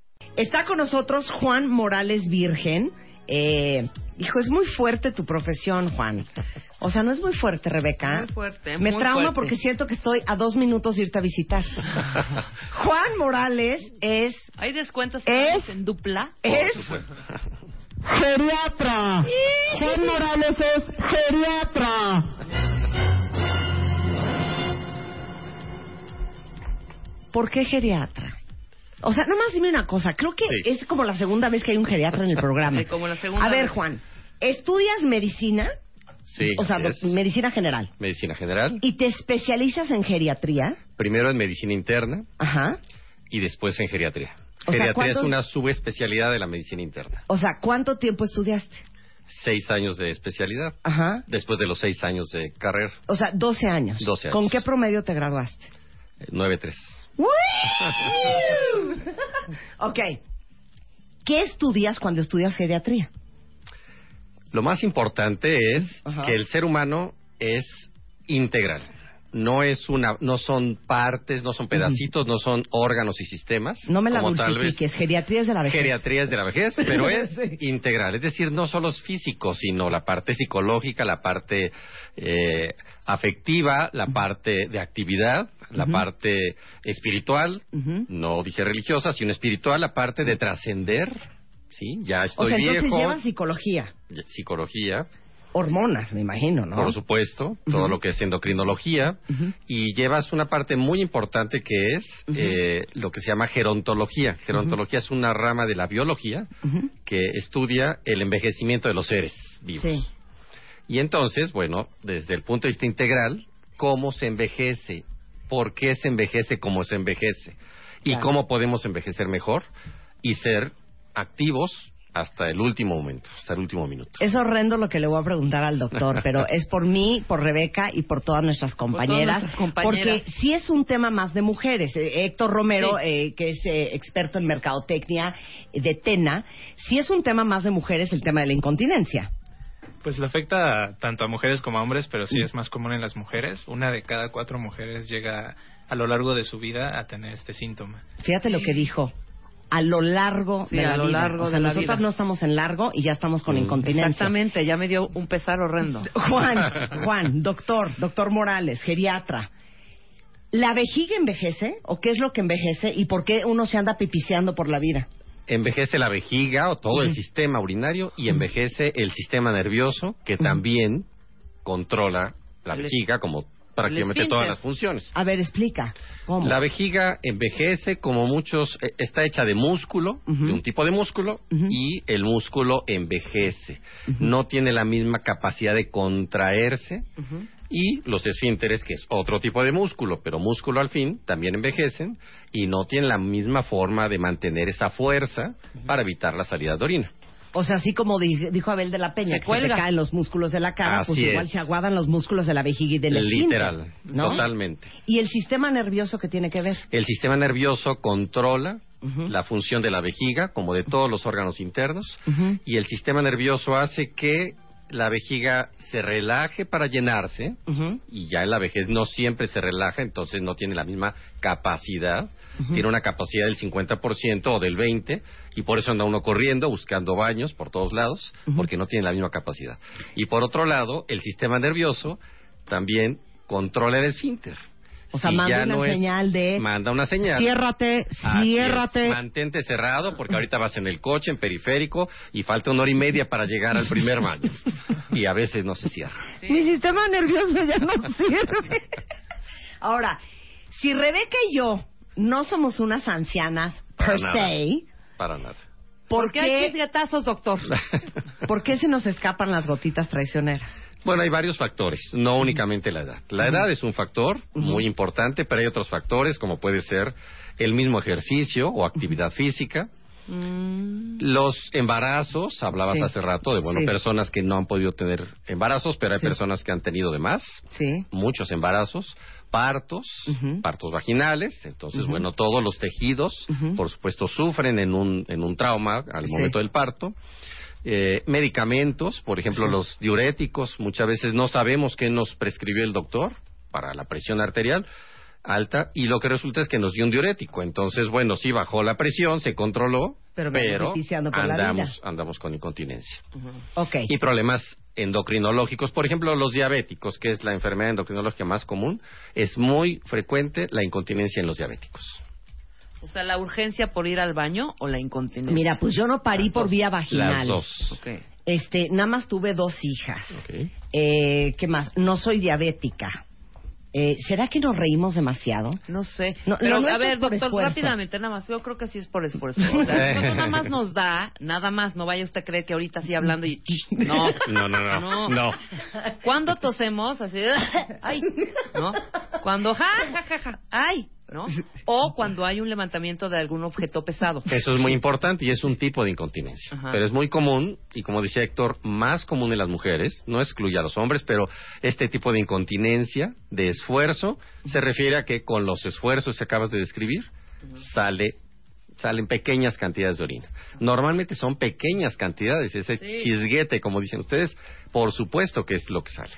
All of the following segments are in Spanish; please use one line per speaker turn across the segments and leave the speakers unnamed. Está con nosotros Juan Morales Virgen. Eh, hijo, es muy fuerte tu profesión, Juan. O sea, no es muy fuerte, Rebeca.
Muy fuerte,
Ah, Me
muy
trauma
fuerte.
porque siento que estoy a dos minutos de irte a visitar. Juan Morales es
Hay descuentos
Es-
en dupla.
es
Geriatra. Juan Morales es geriatra.
¿por qué geriatra? O sea, nomás dime una cosa. Creo que
Sí.
es como la segunda vez que hay un geriatra en el programa.
Sí, como la segunda
a ver,
vez.
Juan, estudias medicina,
Sí.
o sea,
así es.
doc- medicina general,
medicina general,
y te especializas en geriatría.
primero en medicina interna
Ajá.
y después en geriatría.
O sea,
geriatría
¿cuántos-
es una subespecialidad de la medicina interna.
O sea, ¿cuánto tiempo estudiaste?
Seis años de especialidad,
Ajá.
después de los seis años de carrera,
O sea, 12 años.
12 años.
¿Con qué promedio te graduaste?
eh, nueve tres.
ok. ¿Qué estudias cuando estudias geriatría?
Lo más importante es
Ajá.
que el ser humano es integral. No es una, no son partes, no son pedacitos, no son órganos y sistemas.
No me la
como tal vez
dulcifiques. Geriatría es de la vejez.
Geriatría es de la vejez, pero es
Sí.
integral. Es decir, no solo es físico, sino la parte psicológica, la parte eh, afectiva, la parte de actividad, la parte espiritual,
Ujú.
no dije religiosa, sino espiritual, la parte de trascender. Sí, ya estoy
O sea, entonces
viejo.
llevan psicología.
ya- Psicología,
Hormonas, me imagino, ¿no?
por supuesto, todo lo que es endocrinología,
Ujú.
y llevas una parte muy importante que es eh, lo que se llama gerontología. Gerontología es una rama de la biología
Ujú.
que estudia el envejecimiento de los seres vivos.
Sí.
Y entonces, bueno, desde el punto de vista integral, cómo se envejece, por qué se envejece como se envejece y
Claro.
cómo podemos envejecer mejor y ser activos hasta el último momento, hasta el último minuto.
Es horrendo lo que le voy a preguntar al doctor, pero es por mí, por Rebeca y por todas nuestras compañeras.
nuestras compañeras.
Porque sí es un tema más de mujeres. Eh, Héctor Romero,
Sí.
eh, que es eh, experto en mercadotecnia eh, de Tena, sí es un tema más de mujeres el tema de la incontinencia.
Pues le afecta tanto a mujeres como a hombres, pero sí es más común en las mujeres. Una de cada cuatro mujeres llega a lo largo de su vida a tener este síntoma.
Fíjate lo que dijo. A lo largo
Sí,
de la
a lo
vida.
largo
o sea,
de la
nosotras
vida. Mm.
no estamos en largo y ya estamos con incontinencia.
Exactamente, ya me dio un pesar horrendo.
Juan, Juan, doctor, doctor Morales, geriatra. ¿La vejiga envejece o qué es lo que envejece y por qué uno se anda pipiseando por la vida?
envejece la vejiga o todo el sistema urinario y envejece el sistema nervioso que también controla la
El es-
vejiga como prácticamente todas
esfínter.
las funciones.
A ver, explica. ¿Cómo?
La vejiga envejece como muchos, eh, está hecha de músculo,
Ujú.
de un tipo de músculo,
Ujú.
y el músculo envejece. No tiene la misma capacidad de contraerse y los esfínteres, que es otro tipo de músculo, pero músculo al fin, también envejecen y no tienen la misma forma de mantener esa fuerza para evitar la salida de orina.
O sea, así como di- dijo Abel de la Peña,
Se
que se te
cuelga.
caen los músculos de la cara, pues
Así
igual
es.
se aguadan los músculos de la vejiga y del esfínter,
Literal,
¿no?
totalmente.
¿Y el sistema nervioso que tiene que ver?
El sistema nervioso controla
Ujú.
la función de la vejiga, como de todos los órganos internos,
Ujú.
y el sistema nervioso hace que la vejiga se relaje para llenarse,
Ujú.
y ya en la vejez no siempre se relaja, entonces no tiene la misma capacidad, tiene una capacidad del 50% o del 20%, y por eso anda uno corriendo, buscando baños por todos lados, porque no tiene la misma capacidad. Y por otro lado, el sistema nervioso también controla el esfínter.
O sea,
Si
manda
ya
una
es-
señal de-
Manda una señal.
Ciérrate,
Así es,
ciérrate.
Mantente cerrado porque ahorita vas en el coche, en periférico, y falta una hora y media para llegar al primer baño. Y a veces no se cierra.
Mi sistema nervioso ya no sirve. Ahora, si Rebeca y yo no somos unas ancianas
Para
per
nada.
se,
Para nada.
¿por
¿Qué hay
qué,
chisgatazos, doctor?
¿por qué se nos escapan las gotitas traicioneras?
Bueno, hay varios factores, no únicamente la edad. La edad es un factor muy importante, pero hay otros factores como puede ser el mismo ejercicio o actividad física, Los embarazos, hablabas
Mm. Sí.
hace rato de, bueno,
Sí.
personas que no han podido tener embarazos, pero hay
Sí.
personas que han tenido de más,
Sí.
muchos embarazos, partos,
Ujú.
partos vaginales, entonces,
Ujú.
bueno, todos los tejidos,
Ujú.
por supuesto, sufren en un, en un trauma al
Sí.
momento del parto. Eh, medicamentos, por ejemplo,
Sí.
los diuréticos, muchas veces no sabemos qué nos prescribió el doctor para la presión arterial alta y lo que resulta es que nos dio un diurético. Entonces, bueno, sí bajó la presión, se controló,
Pero
pero,
me beneficiando por la
andamos, andamos con incontinencia.
Ok.
Y problemas endocrinológicos, por ejemplo, los diabéticos, que es la enfermedad endocrinológica más común, es muy frecuente la incontinencia en los diabéticos.
O sea, la urgencia por ir al baño o la incontinencia.
Mira, pues yo no parí
Las
por
dos.
vía vaginal.
Las dos.
Ok.
Este, nada más tuve dos hijas.
Ok.
Eh, ¿Qué más? No soy diabética. Eh, ¿Será que nos reímos demasiado?
No sé.
No, lo
Pero,
nuestro
a ver,
es por
doctor,
esfuerzo.
rápidamente, nada más. Yo creo que sí es por esfuerzo. O sea, el esfuerzo nada más nos da, nada más. No vaya usted a creer que ahorita sí hablando y. No.
No, no, no,
No.
no.
Cuando tosemos, así. Ay. ¿No? Cuando. Ja, ja, ja, ja. Ay. ¿No? O cuando hay un levantamiento de algún objeto pesado.
Eso es muy importante y es un tipo de incontinencia.
Ajá.
Pero es muy común y como decía Héctor, más común en las mujeres, no excluye a los hombres, pero este tipo de incontinencia, de esfuerzo, se refiere a que con los esfuerzos que acabas de describir, sale salen pequeñas cantidades de orina. Normalmente son pequeñas cantidades, ese
Sí.
chisguete, como dicen ustedes, por supuesto que es lo que sale.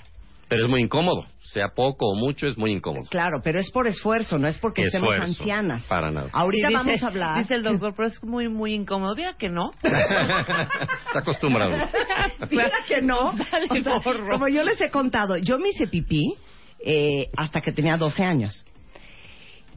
Pero es muy incómodo, sea poco o mucho, es muy incómodo.
Claro, pero es por esfuerzo, no es porque estemos
Esfuerzo,
ancianas.
Para nada.
Ahorita
Sí, dice-
vamos a hablar.
Dice el doctor, pero es muy, muy incómodo. Mira que no.
Está acostumbrado.
Mira que no. O sea, como yo les he contado, yo me hice pipí eh, hasta que tenía 12 años.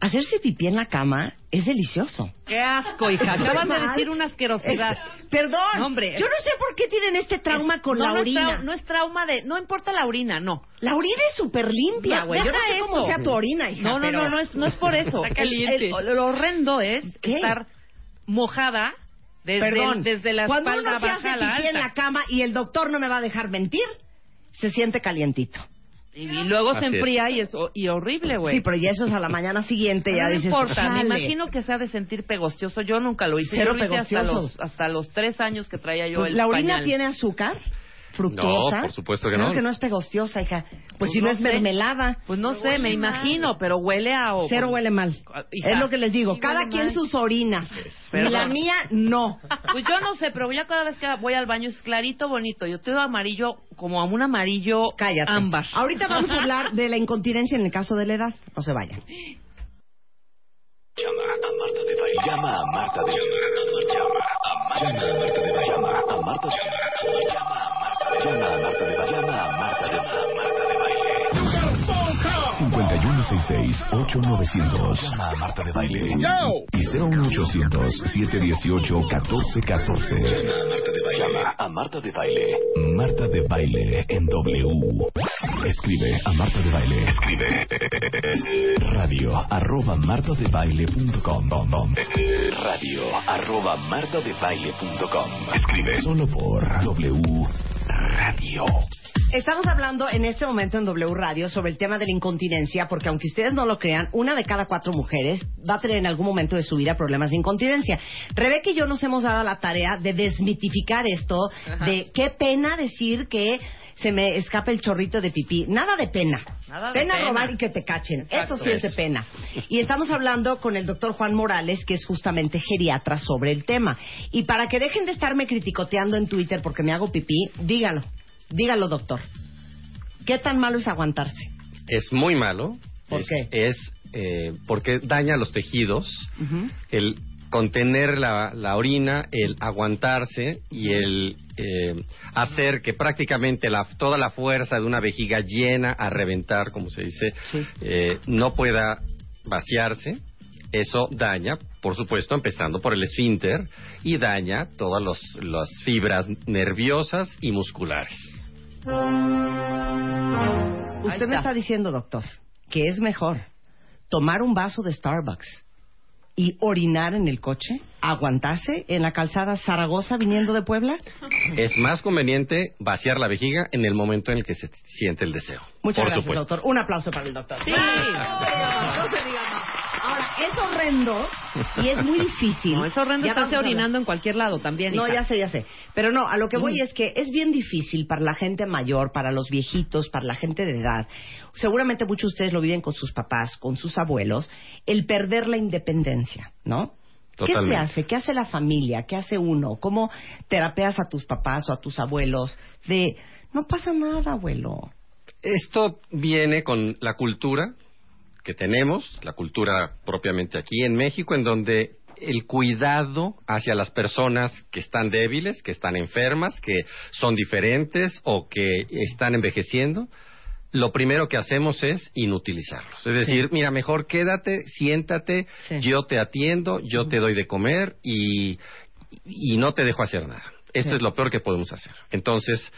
Hacerse pipí en la cama es delicioso.
Qué asco, hija. Acabas de decir una asquerosidad.
Perdón,
No, hombre.
yo no sé por qué tienen este trauma con
No,
la
no es
orina.
trau- no es trauma de. No importa la orina, no.
La orina es súper limpia,
No,
güey. yo no
deja
sé cómo
eso.
sea tu orina, hija.
No, no,
pero-
no, no es, no es por eso.
Está
El-
caliente.
el- lo horrendo es
¿Qué?
estar mojada desde,
Perdón.
desde la
Cuando
espalda
uno se
baja
hace
a la
pipí
alta.
en la cama y el doctor no me va a dejar mentir, se siente calientito.
Y, y luego
Así es.
se enfría y es ho- y horrible, güey.
Sí, pero ya eso es a la mañana siguiente.
no
ya
me
dices,
importa, me
"Chale".
imagino que se ha de sentir pegostioso. Yo nunca lo hice.
Cero
yo lo hice hasta
pegostioso.
los, hasta los tres años que traía yo
Pues,
el
¿La orina
pañal.
tiene azúcar? ¿Fructosa?
No, por supuesto que
Claro
no.
que no es pegostiosa, hija. Pues,
Pues
si no,
no
es
sé.
mermelada.
Pues no sé, me imagino, pero huele a...
Cero huele mal.
Hija.
Es lo que les digo.
Sí,
Cada
huele
quien
mal.
sus orinas.
Perdón.
Y la mía, no.
Pues yo no sé, pero ya cada vez que voy al baño es clarito, bonito. Yo tengo amarillo, como a un amarillo
Cállate.
ámbar.
Ahorita vamos a hablar de la incontinencia en el caso de la edad. No se vayan.
Llama a Marta de Baile. Llama a Marta de Baile. Llama a Marta de Baile. Llama a Marta de Baile. Llama a Marta de Baile. Llama a Marta de Baile. Llama a Marta de Baile. Llama a Marta de Baile.
5166-8900
Llama a Marta de Baile.
y 01800-718-1414.
Llama a Marta de Baile. Llama a Marta de Baile. Marta de Baile en W. Escribe a Marta de Baile. Escribe. Radio arroba martadebaile.com. Radio arroba martadebaile.com. Escribe solo por W Radio.
Estamos hablando en este momento en W Radio sobre el tema de la incontinencia, porque aunque ustedes no lo crean, una de cada cuatro mujeres va a tener en algún momento de su vida problemas de incontinencia. Rebeca y yo nos hemos dado la tarea de desmitificar esto, de qué pena decir que se me escapa el chorrito de pipí. Nada de pena.
Nada de
pena
pena.
robar y que te cachen.
Exacto.
Eso sí es de
Eso.
pena. Y estamos hablando con el doctor Juan Morales, que es justamente geriatra sobre el tema. Y para que dejen de estarme criticoteando en Twitter porque me hago pipí, dígalo, dígalo doctor. ¿Qué tan malo es aguantarse?
Es muy malo.
¿Por
es,
qué?
Es eh, porque daña los tejidos, el contener la, la orina, el aguantarse y el eh, hacer que prácticamente la- toda la fuerza de una vejiga llena a reventar, como se dice, eh, no pueda vaciarse. Eso daña, por supuesto, empezando por el esfínter y daña todas los- las fibras nerviosas y musculares.
Usted me
está.
está diciendo, doctor, que es mejor tomar un vaso de Starbucks y orinar en el coche, aguantarse en la calzada Zaragoza viniendo de Puebla.
Es más conveniente vaciar la vejiga en el momento en el que se siente el deseo.
Muchas
Por
gracias,
supuesto.
doctor. Un aplauso para el doctor.
Sí.
No se diga más. Ahora, es horrendo y es muy difícil.
No, es horrendo
Ya
estarse
vamos a hablar.
orinando en cualquier lado también.
No,
hija.
ya sé, ya sé. Pero no, a lo que voy es que es bien difícil para la gente mayor, para los viejitos, para la gente de edad. Seguramente muchos de ustedes lo viven con sus papás, con sus abuelos, el perder la independencia, ¿no? ¿Qué
Totalmente.
se hace? ¿Qué hace la familia? ¿Qué hace uno? ¿Cómo terapeas a tus papás o a tus abuelos de no pasa nada, abuelo?
Esto viene con la cultura que tenemos, la cultura propiamente aquí en México, en donde el cuidado hacia las personas que están débiles, que están enfermas, que son diferentes o que están envejeciendo, lo primero que hacemos es inutilizarlos. Es decir, mira, mejor quédate, siéntate,
Sí.
yo te atiendo, yo te doy de comer y, y no te dejo hacer nada. Esto
Sí.
es lo peor que podemos hacer. Entonces,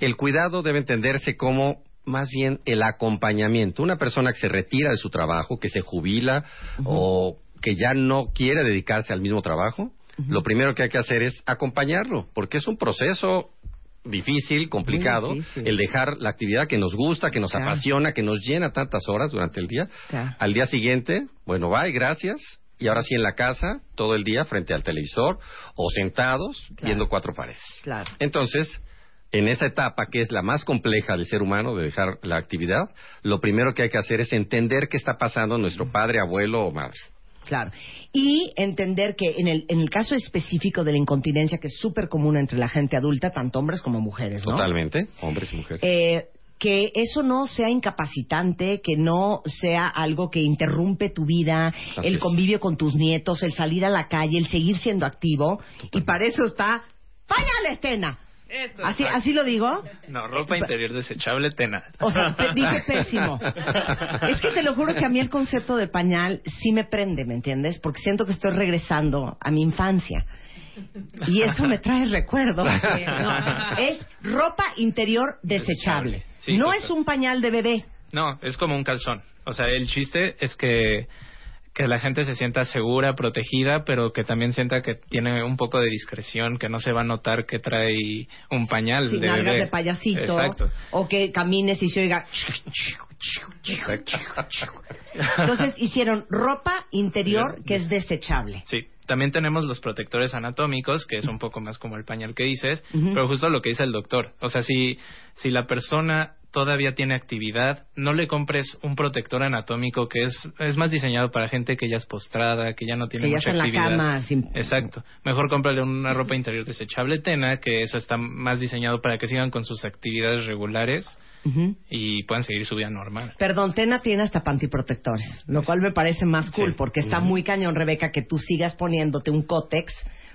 el cuidado debe entenderse como más bien el acompañamiento. Una persona que se retira de su trabajo, que se jubila o que ya no quiere dedicarse al mismo trabajo, lo primero que hay que hacer es acompañarlo, porque es un proceso difícil, complicado,
difícil.
el dejar la actividad que nos gusta, que nos
Claro.
apasiona, que nos llena tantas horas durante el día.
Claro.
Al día siguiente, bueno, bye, gracias. Y ahora sí en la casa, todo el día frente al televisor o sentados viendo cuatro paredes.
Claro.
Entonces, en esa etapa que es la más compleja del ser humano de dejar la actividad, lo primero que hay que hacer es entender qué está pasando nuestro padre, abuelo o madre.
Claro. Y entender que en el, en el caso específico de la incontinencia, que es súper común entre la gente adulta, tanto hombres como mujeres, ¿no?
Totalmente, hombres y mujeres.
Eh, que eso no sea incapacitante, que no sea algo que interrumpe tu vida,
Así
el
es.
convivio con tus nietos, el salir a la calle, el seguir siendo activo. Y para eso está... ¡Paña la escena!
Esto es-
Así, así lo digo.
No, ropa interior desechable, tena.
O sea, pe- dije pésimo. Es que te lo juro que a mí el concepto de pañal sí me prende, ¿me entiendes? Porque siento que estoy regresando a mi infancia. Y eso me trae recuerdos. que no, es ropa interior desechable.
Sí,
no
justo.
es un pañal de bebé.
No, es como un calzón. O sea, el chiste es que, que la gente se sienta segura, protegida, pero que también sienta que tiene un poco de discreción, que no se va a notar que trae un pañal
sin
de
nalgas
bebé.
de payasito
Exacto.
o que camines y se oiga.
Exacto.
Entonces hicieron ropa interior que es desechable.
Sí, también tenemos los protectores anatómicos, que es un poco más como el pañal que dices,
Ujú.
pero justo lo que dice el doctor. O sea, si, si la persona todavía tiene actividad, no le compres un protector anatómico que es, es más diseñado para gente que ya es postrada, que ya no tiene
Que ya
mucha
está en la
actividad.
cama, sin-
Exacto. Mejor cómprale una ropa interior desechable tena, que eso está más diseñado para que sigan con sus actividades regulares
Ujú.
y puedan seguir su vida normal.
Perdón, Tena tiene hasta pantiprotectores, lo cual me parece más cool
Sí.
porque está muy cañón, Rebeca, que tú sigas poniéndote un cótex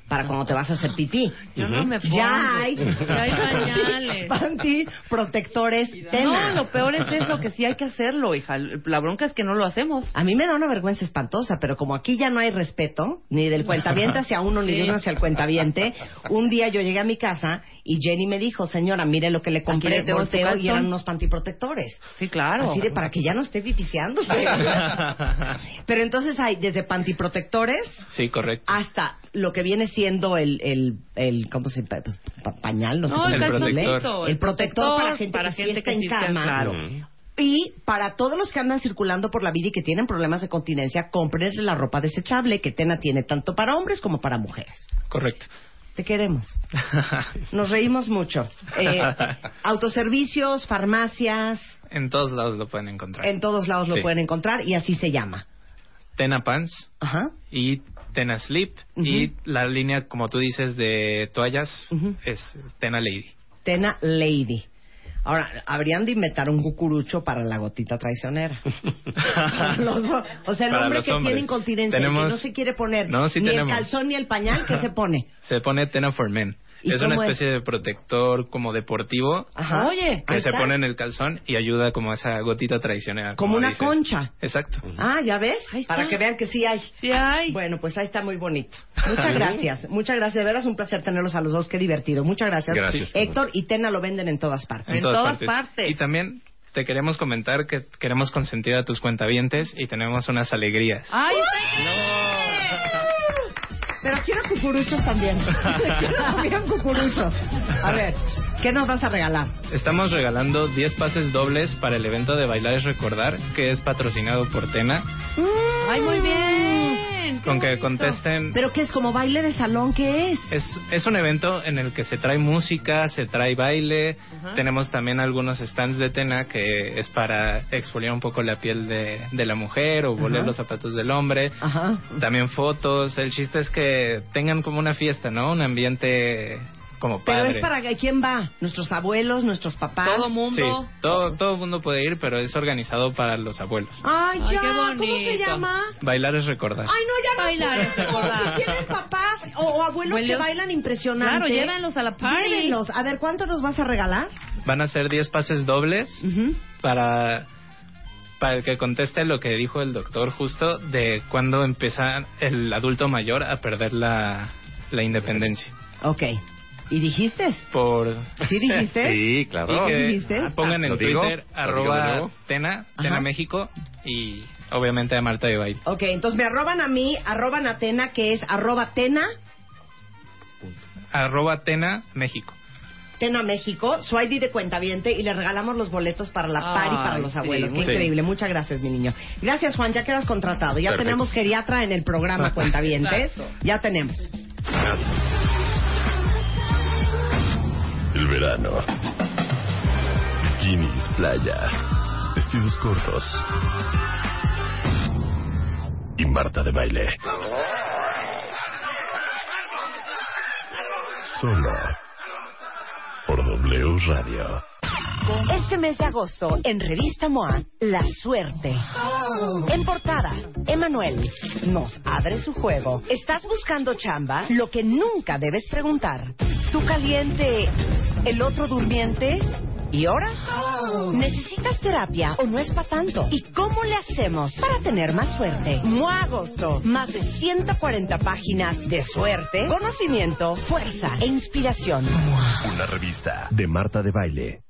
para cuando te vas a hacer pipí.
Yo no me pongo.
Ya hay,
Ya hay pañales.
pantiprotectores Tena.
No, lo peor es eso, que sí hay que hacerlo, hija. La bronca es que no lo hacemos.
A mí me da una vergüenza espantosa, pero como aquí ya no hay respeto, ni del cuentaviente hacia uno, ni de uno hacia el cuentaviente, un día yo llegué a mi casa y Jenny me dijo, señora, mire lo que le
Aquí
compré,
le tengo su
volteo y
calzón.
eran unos pantiprotectores.
Sí, claro.
Así de para que ya no esté vitiseando. pero entonces hay desde pantiprotectores
Sí, correcto.
hasta lo que viene siendo el, el, el ¿cómo se pa- pues, pa- pañal? No, sé
No,
cómo
el
se llama,
protector.
¿eh? El protector para gente
para
que sí
gente
está
que
en
sí está en
cama.
claro.
Y para todos los que andan circulando por la vida y que tienen problemas de continencia, cómprense la ropa desechable que Tena tiene tanto para hombres como para mujeres.
Correcto.
Te queremos. Nos reímos mucho. Eh, autoservicios, farmacias,
En todos lados lo pueden encontrar.
en todos lados lo
Sí.
pueden encontrar y así se llama.
Tena Pants
Ajá.
y Tena Sleep y la línea, como tú dices, de toallas
Ujú.
es Tena Lady.
Tena Lady. Ahora, habrían de inventar un cucurucho para la gotita traicionera. Los- o sea, el
Para
hombre
los
que tiene
hombres.
incontinencia y que
Tenemos-
no se quiere poner
No, sí
ni
tenemos.
el calzón ni el pañal, que se pone?
Se pone Tena for Men.
¿Y
Es una
cómo es?
especie de protector como deportivo
Ajá.
Oye,
que
ahí
se
está.
pone en el calzón y ayuda como a esa gotita traicionera.
Como una concha.
Exacto.
Ah, ¿ya ves?
Ahí está.
Para que vean que sí hay.
Sí hay.
Bueno, pues ahí está muy bonito. Muchas gracias. Muchas gracias. De veras, un placer tenerlos a los dos. Qué divertido. Muchas gracias.
Gracias.
Héctor y Tena lo venden en todas partes.
En todas partes.
Y también te queremos comentar que queremos consentir a tus cuentavientes y tenemos unas alegrías.
¡Ay, sí! ¡eh!
Pero quiero cucuruchos también. quiero también cucuruchos. A ver, ¿Qué nos vas a regalar?
Estamos regalando 10 pases dobles para el evento de Bailar es Recordar, que es patrocinado por Tena.
Ay, muy bien.
Con
Qué
que
bonito.
contesten.
¿Pero qué es como baile de salón? ¿Qué es?
Es, es un evento en el que se trae música, se trae baile.
Ajá.
Tenemos también algunos stands de Tena que es para exfoliar un poco la piel de, de la mujer o volver
Ajá. Ah.
los zapatos del hombre.
Ajá.
También fotos. El chiste es que tengan como una fiesta, ¿no? Un ambiente como
Pero
padre.
es para que- quién va, nuestros abuelos, nuestros papás.
Todo
Sí,
mundo.
todo, todo el mundo puede ir, pero es organizado para los abuelos.
Ay,
Ay,
ya,
qué
¿cómo se
bonito.
llama?
Bailar es recordar.
Ay, no, ya no
Bailar,
puedo.
es recordar.
Si tienen papás o, o abuelos que
Abuelos.
bailan impresionante.
Claro, llévenlos a la party.
Llévenlos. A ver, ¿cuánto nos vas a regalar?
Van a ser 10 pases dobles para para el que conteste lo que dijo el doctor justo de cuándo empieza el adulto mayor a perder la, la independencia.
Ok. ¿Y dijiste?
Por
¿Sí dijiste?
Sí, claro.
y que
dijiste?
pongan en
Ah, ¿Lo
Twitter
digo? ¿Lo digo de
arroba
nuevo?
Tena,
Ajá.
Tena México y obviamente a Marta de Baile.
Ok, entonces me arroban a mí, arroban a Tena, que es arroba Tena,
Arroba Tena México.
Tena México, su ID de cuentaviente y le regalamos los boletos para la party
Ay,
para los
sí,
abuelos. Qué
muy
increíble, muchas gracias, mi niño. Gracias, Juan, ya quedas contratado. Ya
Perfecto.
tenemos geriatra en el programa cuentavientes.
Exacto.
ya tenemos.
El verano. Bikinis, playa, vestidos cortos. Y Marta de baile. Solo por W Radio.
Este mes de agosto, en Revista MOA, La Suerte. En portada, Emanuel nos abre su juego. ¿Estás buscando chamba? Lo que nunca debes preguntar. ¿Tú caliente, el otro durmiente? ¿Y ahora? ¿Necesitas terapia o no es para tanto? ¿Y cómo le hacemos para tener más suerte? MOA Agosto, más de 140 páginas de suerte, conocimiento, fuerza e inspiración.
Una revista de Marta de Baile.